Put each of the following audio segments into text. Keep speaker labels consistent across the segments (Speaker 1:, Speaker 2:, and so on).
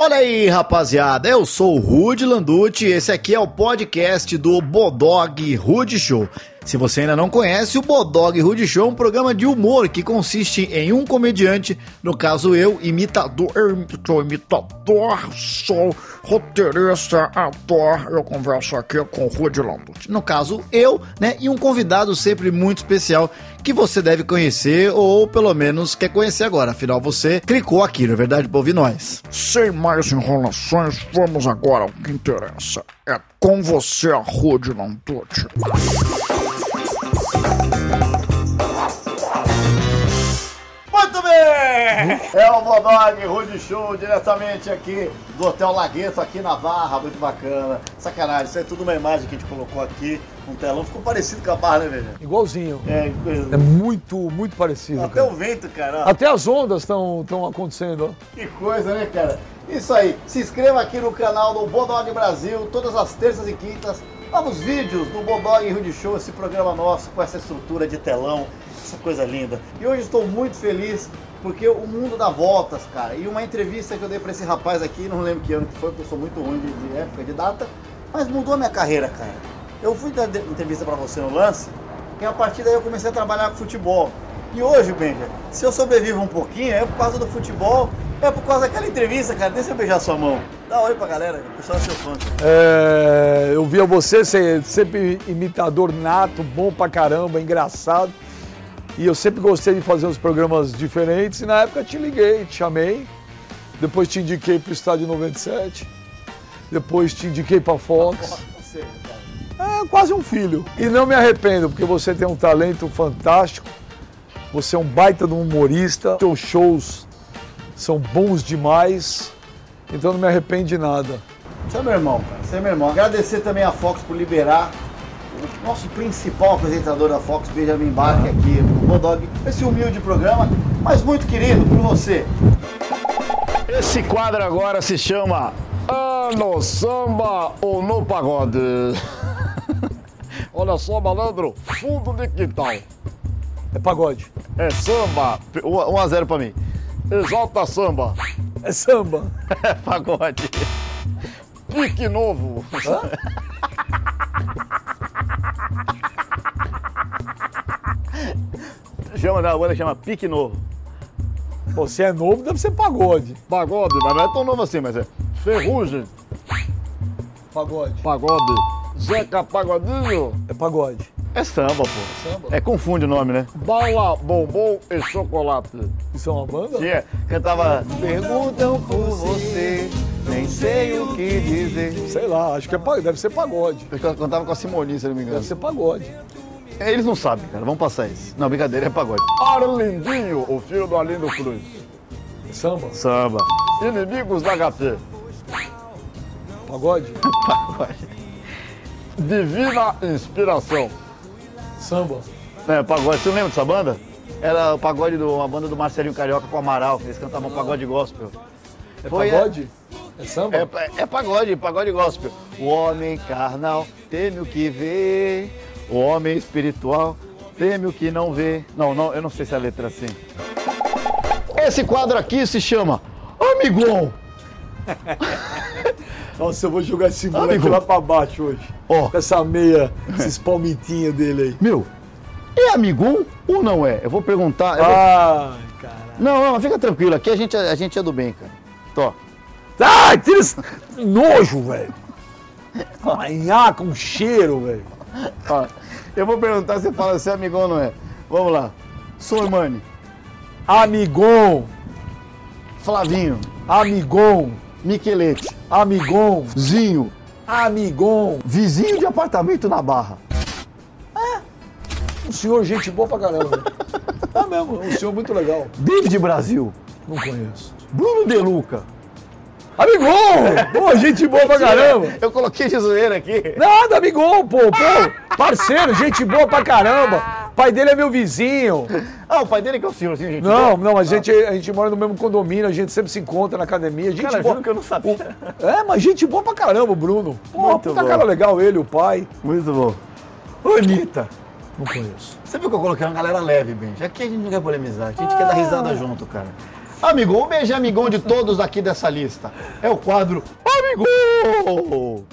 Speaker 1: Olha aí, rapaziada, eu sou o Rude Landucci e esse aqui é o podcast do Bodog Rude Show. Se você ainda não conhece, o Bodog Rude Show é um programa de humor que consiste em um comediante, no caso eu, imitador, eu sou imitador, sou roteirista, ator, eu converso aqui com o Rude Landucci. No caso, eu, né, e um convidado sempre muito especial que você deve conhecer ou pelo menos quer conhecer agora, afinal você clicou aqui, não é verdade, pra ouvir nós.
Speaker 2: Sem mais enrolações, vamos agora ao que interessa. É com você, Rude Landucci.
Speaker 1: Muito bem! É o Bodog Rude Show, diretamente aqui do Hotel Lagueto, aqui na Barra, muito bacana. Sacanagem, isso é tudo uma imagem que a gente colocou aqui, um telão, ficou parecido com a barra, né, velho?
Speaker 3: Igualzinho.
Speaker 1: É,
Speaker 3: É
Speaker 1: coisa-
Speaker 3: muito, muito parecido,
Speaker 1: até o
Speaker 3: cara.
Speaker 1: vento, cara. ó.
Speaker 3: Até as ondas estão acontecendo, ó.
Speaker 1: Que coisa, né, cara? Isso aí, se inscreva aqui no canal do Bodog Brasil, todas as terças e quintas, novos vídeos do Bodog Rio de Show, esse programa nosso com essa estrutura de telão, essa coisa linda. E hoje estou muito feliz porque o mundo dá voltas, cara. E uma entrevista que eu dei pra esse rapaz aqui, não lembro que ano que foi, porque eu sou muito ruim de, de época, de data, mas mudou a minha carreira, cara. Eu fui dar de- entrevista pra você no lance e a partir daí eu comecei a trabalhar com futebol. E hoje, Benja, se eu sobrevivo um pouquinho, é por causa do futebol, é por causa daquela entrevista, cara. Deixa eu beijar sua mão. Dá um oi pra galera, que o pessoal é seu fã. cara.
Speaker 3: É, eu via você você sempre imitador nato, bom pra caramba, engraçado. E eu sempre gostei de fazer uns programas diferentes. E na época te liguei, te chamei. Depois te indiquei pro Estádio 97. Depois te indiquei pra Fox.
Speaker 1: Não sei, cara.
Speaker 3: É quase um filho. E não me arrependo, porque você tem um talento fantástico. Você é um baita de um humorista. Teus shows são bons demais. Então não me arrependo de nada.
Speaker 1: Você é meu irmão, cara. Você é meu irmão. Agradecer também a Fox por liberar o nosso principal apresentador da Fox, Benjamin Barque, aqui no Bodog. Esse humilde programa, mas muito querido por você.
Speaker 2: Esse quadro agora se chama Ah, no samba ou no pagode? Olha só, malandro, fundo de quintal.
Speaker 3: É pagode.
Speaker 2: É samba, 1x0 pra mim. Exalta samba,
Speaker 3: É samba.
Speaker 2: é pagode. Pique novo. chama da banda, chama Pique Novo.
Speaker 3: Você é novo, deve ser pagode.
Speaker 2: Pagode, mas não é tão novo assim, mas é. Ferrugem,
Speaker 3: Pagode.
Speaker 2: pagode. Zeca Pagodinho.
Speaker 3: É pagode.
Speaker 2: É samba, pô.
Speaker 3: Samba.
Speaker 2: É, confunde o nome, né? Bala, bombom e chocolate.
Speaker 3: Isso é uma banda?
Speaker 2: Tinha, cantava...
Speaker 1: Perguntam por você, nem sei o que dizer.
Speaker 3: Sei lá, acho que é pagode. Deve ser pagode.
Speaker 2: Eu cantava com a Simoni, se eu não me engano. É,
Speaker 3: Deve ser pagode. É
Speaker 2: Eles não sabem, cara. Vamos passar isso. Não, brincadeira, é pagode. Arlindinho, o filho do Arlindo Cruz.
Speaker 3: É samba.
Speaker 2: Samba. Inimigos da HP.
Speaker 3: Pagode.
Speaker 2: Pagode. Divina Inspiração.
Speaker 3: Samba.
Speaker 2: É, pagode. Você não lembra dessa banda? Era o pagode de uma banda do Marcelinho Carioca com o Amaral. que Eles cantavam pagode gospel.
Speaker 3: É
Speaker 2: Foi, é-
Speaker 3: pagode? É samba?
Speaker 2: É, pa- é pagode, pagode gospel. O homem carnal teme o que vê. O homem espiritual teme o que não vê. Não, não, eu não sei se é a letra é assim. Esse quadro aqui se chama Amigão.
Speaker 3: Nossa, eu vou jogar esse moleque
Speaker 2: Tá, Amigo.
Speaker 3: lá pra baixo hoje.
Speaker 2: Ó.
Speaker 3: Com essa meia, esses palmitinhos dele aí.
Speaker 2: Meu, é amigão ou não é? Eu vou perguntar. eu vou-
Speaker 3: Ai, caralho.
Speaker 2: Não, não, fica tranquilo. Aqui a gente, é- a gente é do bem, cara. Tô.
Speaker 3: Ai, tira esse nojo, velho. Manhaca, um cheiro, velho.
Speaker 2: Ó, eu vou perguntar se fala se é amigão ou não é. Vamos lá. Sormani,
Speaker 3: Amigon,
Speaker 2: Flavinho,
Speaker 3: amigon,
Speaker 2: Miquelete,
Speaker 3: amigon,
Speaker 2: Zinho,
Speaker 3: amigon.
Speaker 2: vizinho de apartamento na Barra.
Speaker 3: Um senhor gente boa pra caramba. velho. Tá mesmo, um senhor muito legal.
Speaker 2: David Brasil,
Speaker 3: Não conheço.
Speaker 2: Bruno Deluca.
Speaker 3: Amigon! Pô, gente boa pra caramba.
Speaker 2: Eu coloquei de zoeira aqui.
Speaker 3: Nada, amigon, pô, pô. Parceiro, gente boa pra caramba. Pai dele é meu vizinho.
Speaker 2: Ah, o pai dele que é o senhorzinho, gente.
Speaker 3: Não, não, a gente, a gente mora no mesmo condomínio, a gente sempre se encontra na academia. Gente
Speaker 2: Cara,
Speaker 3: boa.
Speaker 2: juro que eu não sabia.
Speaker 3: É, mas gente boa pra caramba, o Bruno. Pô,
Speaker 2: Muito
Speaker 3: puta
Speaker 2: bom.
Speaker 3: cara legal ele, o pai.
Speaker 2: Muito bom. Anitta.
Speaker 3: Não conheço.
Speaker 2: Você viu que eu coloquei uma galera leve, Ben? Já que a gente não quer polemizar, a gente quer dar risada junto, cara. Amigão, um beijo amigão de todos aqui dessa lista. É o quadro Amigão!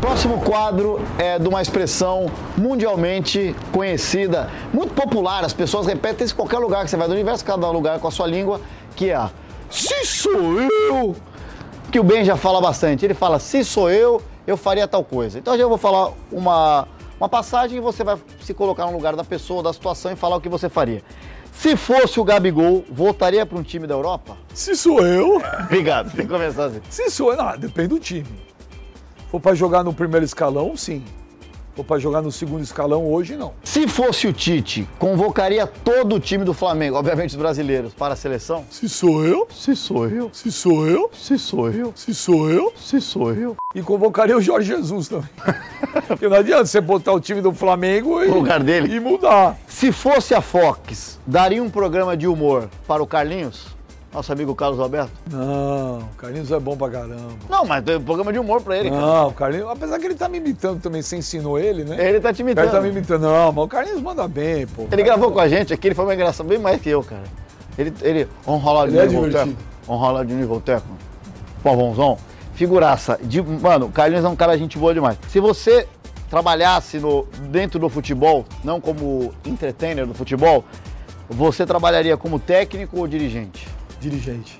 Speaker 2: Próximo quadro é de uma expressão mundialmente conhecida, muito popular, as pessoas repetem isso em qualquer lugar que você vai do universo, cada lugar com a sua língua, que é a Se sou eu! Que o Ben já fala bastante. Ele fala: Se sou eu, eu faria tal coisa. Então hoje eu vou falar uma, uma passagem e você vai se colocar no lugar da pessoa, da situação e falar o que você faria. Se fosse o Gabigol, voltaria para um time da Europa?
Speaker 3: Se sou eu.
Speaker 2: Obrigado, tem que começar assim.
Speaker 3: Se sou eu. Não, depende do time. For para jogar no primeiro escalão, sim. For para jogar no segundo escalão hoje, não.
Speaker 2: Se fosse o Tite, convocaria todo o time do Flamengo, obviamente os brasileiros, para a seleção?
Speaker 3: Se sou eu.
Speaker 2: Se sou eu.
Speaker 3: Se sou eu.
Speaker 2: Se sou eu.
Speaker 3: Se sou eu.
Speaker 2: Se sou eu.
Speaker 3: E convocaria o Jorge Jesus também. Porque não adianta você botar o time do Flamengo e,
Speaker 2: No lugar dele.
Speaker 3: e mudar.
Speaker 2: Se fosse a Fox, daria um programa de humor para o Carlinhos? Nosso amigo Carlos Alberto?
Speaker 3: Não, o Carlinhos é bom pra caramba.
Speaker 2: Não, mas tem um programa de humor para ele, cara.
Speaker 3: Não, o Carlinhos, apesar que ele tá me imitando também, você ensinou ele, né?
Speaker 2: Ele tá te
Speaker 3: O cara
Speaker 2: imitando.
Speaker 3: tá me imitando. Não, mas o Carlinhos manda bem, pô.
Speaker 2: Ele gravou com a gente aqui, ele foi uma engraçada bem mais que eu, cara. Ele, ele honra lá de
Speaker 3: Ele é
Speaker 2: nível
Speaker 3: divertido.
Speaker 2: técnico. Honra lá de nível técnico. Pavãozão. Figuraça. De, mano, o Carlinhos é um cara gente boa demais. Se você trabalhasse no, dentro do futebol, não como entertainer do futebol, você trabalharia como técnico ou dirigente?
Speaker 3: Dirigente.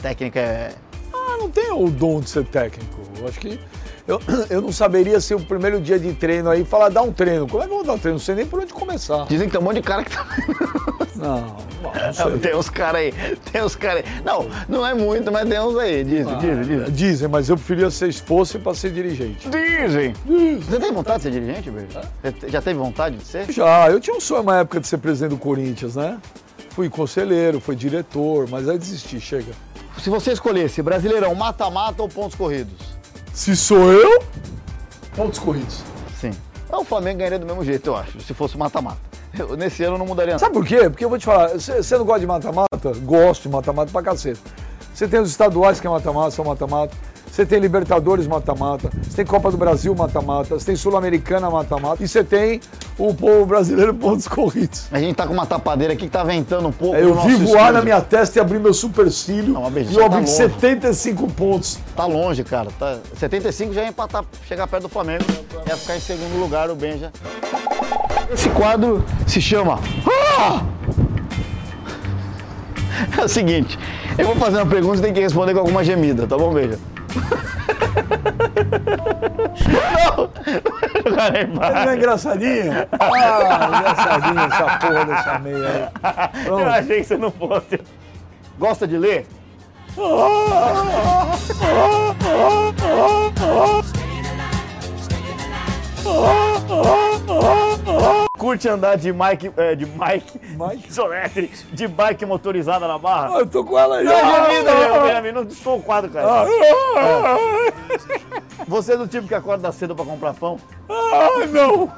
Speaker 2: Técnica é.
Speaker 3: Ah, não tenho o dom de ser técnico. Eu acho que eu, eu não saberia se o primeiro dia de treino aí falar dar um treino. Como é que eu vou dar um treino? Não sei nem por onde começar. É,
Speaker 2: Dizem que tem um monte de cara que tá.
Speaker 3: Não, não, não sei.
Speaker 2: Tem uns caras aí, tem uns caras aí. Não, não é muito, mas tem uns aí. Dizem, dizem, dizem.
Speaker 3: Dizem, mas eu preferia ser esforço para ser dirigente.
Speaker 2: Dizem! Você tem vontade de ser dirigente, Beijo? Você te- Já teve vontade de ser?
Speaker 3: Já, eu tinha um sonho uma época de ser presidente do Corinthians, né? Fui conselheiro, fui diretor, mas aí desisti, chega.
Speaker 2: Se você escolhesse Brasileirão, mata-mata ou pontos corridos?
Speaker 3: Se sou eu, pontos corridos.
Speaker 2: Sim. Ah, O Flamengo ganharia do mesmo jeito, eu acho, se fosse mata-mata. Eu- Nesse ano eu não mudaria nada.
Speaker 3: Sabe por quê? Porque eu vou te falar, você você não gosta de mata-mata? Gosto de mata-mata pra caceta. Você tem os estaduais que é mata-mata, são mata-mata. Você tem Libertadores mata-mata, você tem Copa do Brasil mata-mata, você tem Sul-Americana mata-mata e você tem o povo brasileiro pontos corridos.
Speaker 2: A gente tá com uma tapadeira aqui que tá ventando um pouco.
Speaker 3: Eu
Speaker 2: no nosso
Speaker 3: vi voar
Speaker 2: estúdio.
Speaker 3: na minha testa e abrir meu supercílio
Speaker 2: Não, mas
Speaker 3: e
Speaker 2: já
Speaker 3: eu
Speaker 2: tá
Speaker 3: abri
Speaker 2: longe.
Speaker 3: 75 pontos.
Speaker 2: Tá longe, cara. Tá... 75 já ia empatar, chegar perto do Flamengo. Ia ficar em segundo lugar o Benja. Esse quadro se chama. Ah! É o seguinte, eu vou fazer uma pergunta e tem que responder com alguma gemida, tá bom, Benja? Não! Não é
Speaker 3: Ele não é engraçadinho? Ah, engraçadinho essa porra dessa meia aí.
Speaker 2: Eu achei que você não fosse. Gosta de ler? Curte andar de Mike. eh, de Mike.
Speaker 3: Mike?
Speaker 2: Soletri, de bike motorizada na
Speaker 3: Ah,
Speaker 2: barra?
Speaker 3: eu tô com ela aí.
Speaker 2: Não, gemida, Guilherme, não estou o quadro, cara. Você é do tipo que acorda cedo pra comprar pão?
Speaker 3: Ah, não.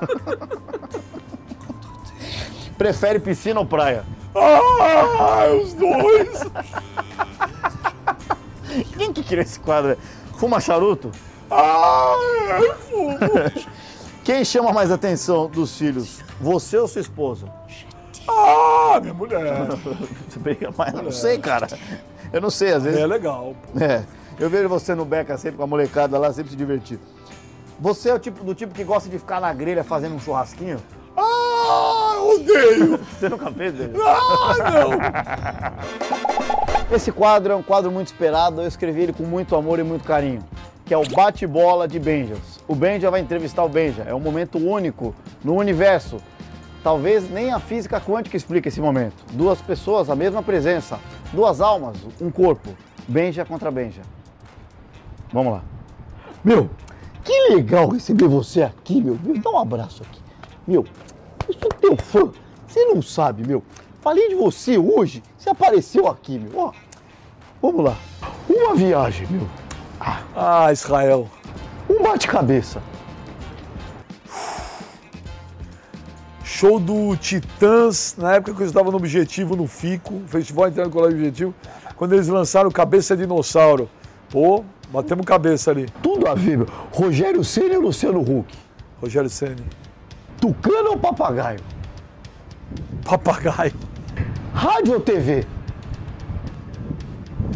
Speaker 2: Prefere piscina ou praia?
Speaker 3: Ah, os dois.
Speaker 2: Quem que criou esse quadro? velho? Fuma charuto?
Speaker 3: Ah, eu fumo.
Speaker 2: Quem chama mais atenção dos filhos? Você ou sua esposa?
Speaker 3: Ah, minha mulher.
Speaker 2: Você briga mais? Eu não sei, cara. Eu não sei, às vezes.
Speaker 3: É legal. pô.
Speaker 2: É. Eu vejo você no Beca sempre com a molecada lá, sempre se divertir. Você é o tipo, do tipo que gosta de ficar na grelha fazendo um churrasquinho?
Speaker 3: Ah, eu odeio.
Speaker 2: Você nunca fez, né? velho?
Speaker 3: Ah, não.
Speaker 2: Esse quadro é um quadro muito esperado, eu escrevi ele com muito amor e muito carinho, que é o bate-bola de Benjas. O Benja vai entrevistar o Benja, é um momento único no universo. Talvez nem a física quântica explique esse momento. Duas pessoas, a mesma presença, duas almas, um corpo. Benja contra Benja. Vamos lá. Meu, que legal receber você aqui, meu. Me dá um abraço aqui. Meu, eu sou teu fã. Você não sabe, meu. Falei de você hoje, você apareceu aqui, meu. Ó, vamos lá. Uma viagem, meu.
Speaker 3: Ah, Israel.
Speaker 2: Um bate-cabeça.
Speaker 3: Show do Titãs, na época que eu estava no Objetivo, no FICO, Festival Internacional do Objetivo, quando eles lançaram Cabeça Dinossauro. Pô, batemos cabeça ali.
Speaker 2: Tudo a ver, meu. Rogério Ceni ou Luciano Huck?
Speaker 3: Rogério Senni.
Speaker 2: Tucano ou papagaio?
Speaker 3: Papagaio.
Speaker 2: Rádio ou TV?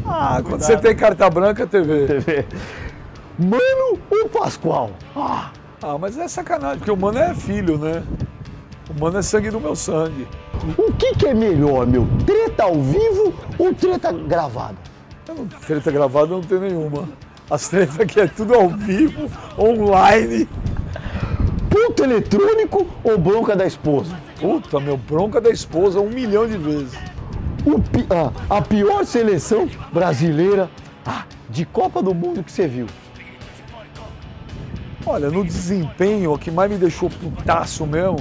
Speaker 3: Ah, quando
Speaker 2: Cuidado.
Speaker 3: você tem carta branca, TV.
Speaker 4: TV. Mano, o Pascoal. Ah,
Speaker 3: Ah, mas é sacanagem, porque o mano é filho, né? O mano é sangue do meu sangue.
Speaker 4: o que, que é melhor, meu? Treta ao vivo ou treta gravada?
Speaker 3: Eu não, treta gravada eu não tenho nenhuma. As tretas aqui é tudo ao vivo, online.
Speaker 4: Ponto eletrônico ou bronca da esposa?
Speaker 3: Puta, meu, bronca da esposa um milhão de vezes.
Speaker 4: O pi- ah, a pior seleção brasileira ah, de Copa do Mundo que você viu.
Speaker 3: Olha, no desempenho, o que mais me deixou putaço mesmo.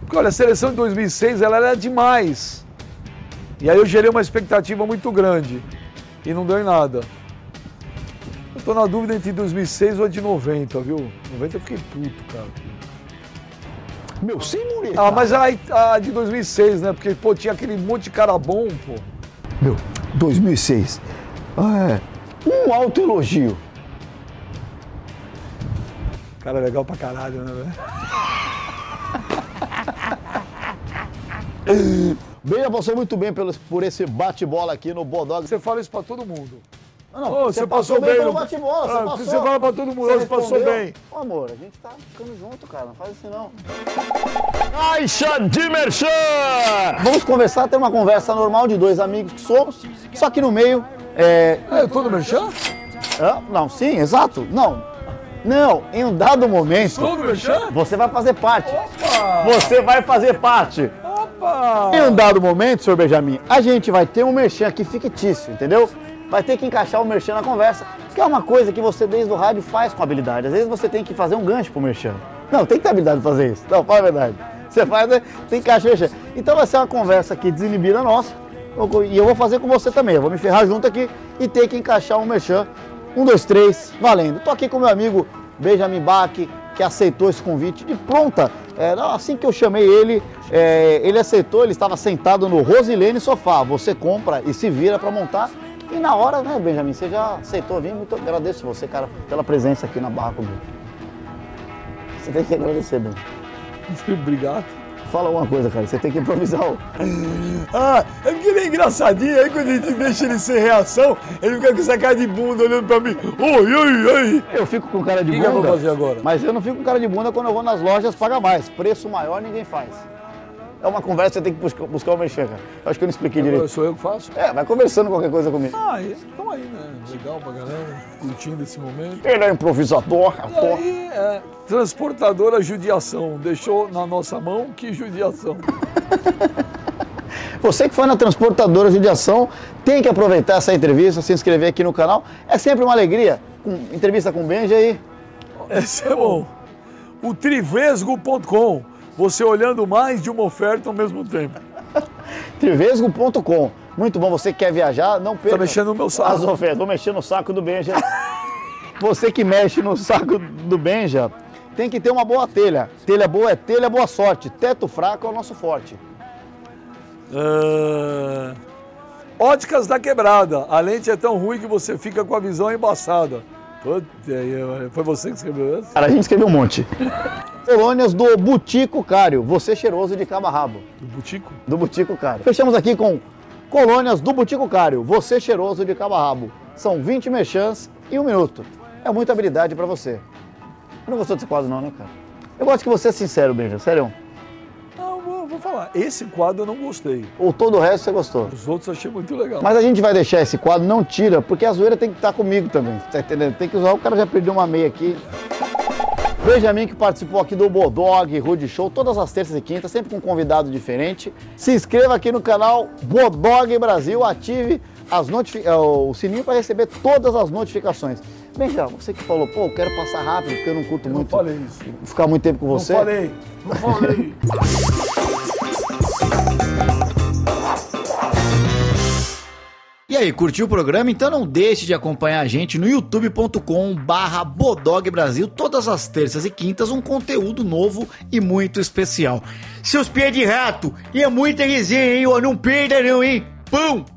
Speaker 3: Porque, olha, a seleção de 2006 ela era demais. E aí eu gerei uma expectativa muito grande. E não deu em nada. Eu tô na dúvida entre 2006 ou a de 90, viu? 90 eu fiquei puto, cara.
Speaker 4: Meu, sem muretar.
Speaker 3: Ah, mas a, a de 2006, né? Porque, pô, tinha aquele monte de cara bom, pô.
Speaker 4: Meu, 2006. Ah, é, um autoelogio.
Speaker 3: Cara legal pra caralho, né, velho?
Speaker 4: Beija passou muito bem pelo, por esse bate-bola aqui no Bodog.
Speaker 3: Você fala isso pra todo mundo.
Speaker 2: Não, não,
Speaker 3: Ô, Ah, você passou bem
Speaker 2: pelo
Speaker 3: no-
Speaker 2: bate-bola,
Speaker 3: Ah,
Speaker 2: você passou.
Speaker 3: você fala pra todo mundo, você passou
Speaker 2: respondeu.
Speaker 3: bem.
Speaker 2: Ô, amor, a gente tá ficando junto, cara, não faz isso não.
Speaker 4: Caixa de Merchan!
Speaker 2: Vamos conversar, ter uma conversa normal de dois amigos que somos, só que no meio, é...
Speaker 3: É, eu tô no merchan?
Speaker 2: hã? Não, sim, exato, não. Não, em um dado momento,
Speaker 3: Tô no merchan?
Speaker 2: você vai fazer parte.
Speaker 3: Opa!
Speaker 2: Você vai fazer parte.
Speaker 3: Opa!
Speaker 2: Em um dado momento, senhor Benjamin, a gente vai ter um merchan aqui fictício, entendeu? Vai ter que encaixar o merchan na conversa, que é uma coisa que você desde o rádio faz com habilidade. Às vezes você tem que fazer um gancho pro merchan. Não, tem que ter habilidade pra fazer isso. Não, fala a verdade. Você faz, né? Você encaixa o merchan. Então vai ser uma conversa aqui desinibida nossa, e eu vou fazer com você também. Eu vou me ferrar junto aqui e ter que encaixar um merchan. Um, dois, três, valendo. Tô aqui com meu amigo Benjamin Bach, que aceitou esse convite de pronta. É, não, assim que eu chamei ele, é, ele aceitou, ele estava sentado no Rosilene Sofá. Você compra e se vira para montar. E na hora, né, Benjamin, você já aceitou vir. Muito agradeço você, cara, pela presença aqui na barra comigo. Você tem que agradecer, Benjamin.
Speaker 3: Obrigado.
Speaker 2: Fala alguma coisa, cara. Você tem que improvisar. ó.
Speaker 3: Ah, é porque ele é engraçadinho, aí quando a gente deixa ele sem reação, ele fica com essa cara de bunda olhando pra mim. Oi, oi, oi!
Speaker 2: Eu fico com cara de
Speaker 3: O que que
Speaker 2: bunda.
Speaker 3: eu vou fazer agora?
Speaker 2: Mas eu não fico com cara de bunda quando eu vou nas lojas paga mais. Preço maior ninguém faz. É uma conversa que você tem que buscar, buscar o mexer, cara. Eu acho que eu não expliquei direito.
Speaker 3: sou eu que faço?
Speaker 2: É, vai conversando qualquer coisa comigo.
Speaker 3: Ah, eles estão aí, né? Legal pra galera, curtindo esse momento.
Speaker 2: Ele é improvisador,
Speaker 3: E
Speaker 2: ator.
Speaker 3: aí, é, transportadora judiação. Deixou na nossa mão, que judiação.
Speaker 2: Você que foi na transportadora Judiação, tem que aproveitar essa entrevista, se inscrever aqui no canal. É sempre uma alegria. Com, entrevista com o Benja aí.
Speaker 3: Esse é bom. O trivesgo.com. Você olhando mais de uma oferta ao mesmo tempo. Tá
Speaker 2: Trivesgo.com. Muito bom, você que quer viajar, não perca.
Speaker 3: Tá mexendo no meu
Speaker 2: As
Speaker 3: saco.
Speaker 2: ofertas, vou mexer no saco do Benja. Você que mexe no saco do Benja, tem que ter uma boa telha. Telha boa é telha, boa sorte. Teto fraco é o nosso forte.
Speaker 3: Ah, Óticas da quebrada. A lente é tão ruim que você fica com a visão embaçada. Puta, aí, mano. foi você que escreveu essa?
Speaker 2: Cara, a gente escreveu um monte. Colônias do Butico Cário, você é cheiroso de cabarrabo.
Speaker 3: Do Butico?
Speaker 2: do Butico Cário. Fechamos aqui com colônias do Butico Cário, você é cheiroso de cabarrabo. São 20 mechãs e um minuto. É muita habilidade pra você. Eu não gostou desse quadro não, né, cara? Eu gosto que você é sincero, Benja, sério.
Speaker 3: Não, vou, vou falar. Esse quadro eu não gostei.
Speaker 2: Ou todo o resto você gostou.
Speaker 3: Os outros eu achei muito legal.
Speaker 2: Mas a gente vai deixar esse quadro, não tira, porque a zoeira tem que estar comigo também, tá entendendo? Tem que usar, o cara já perdeu uma meia aqui. Benjamin que participou aqui do Bodog Rude Show, todas as terças e quintas, sempre com um convidado diferente. Se inscreva aqui no canal Bodog Brasil, ative as notifi- eh, o sininho para receber todas as notificações. Benjamin, você que falou, pô, eu quero passar rápido porque eu não curto
Speaker 3: não
Speaker 2: muito
Speaker 3: falei isso.
Speaker 2: ficar muito tempo com você.
Speaker 3: Não falei. Não falei.
Speaker 2: E aí, curtiu o programa? Então não deixe de acompanhar a gente no youtube.com barra Bodog Brasil todas as terças e quintas um conteúdo novo e muito especial.
Speaker 1: Seus pés de rato! E é muita resenha, hein? Ó, não perda não, hein? Pão!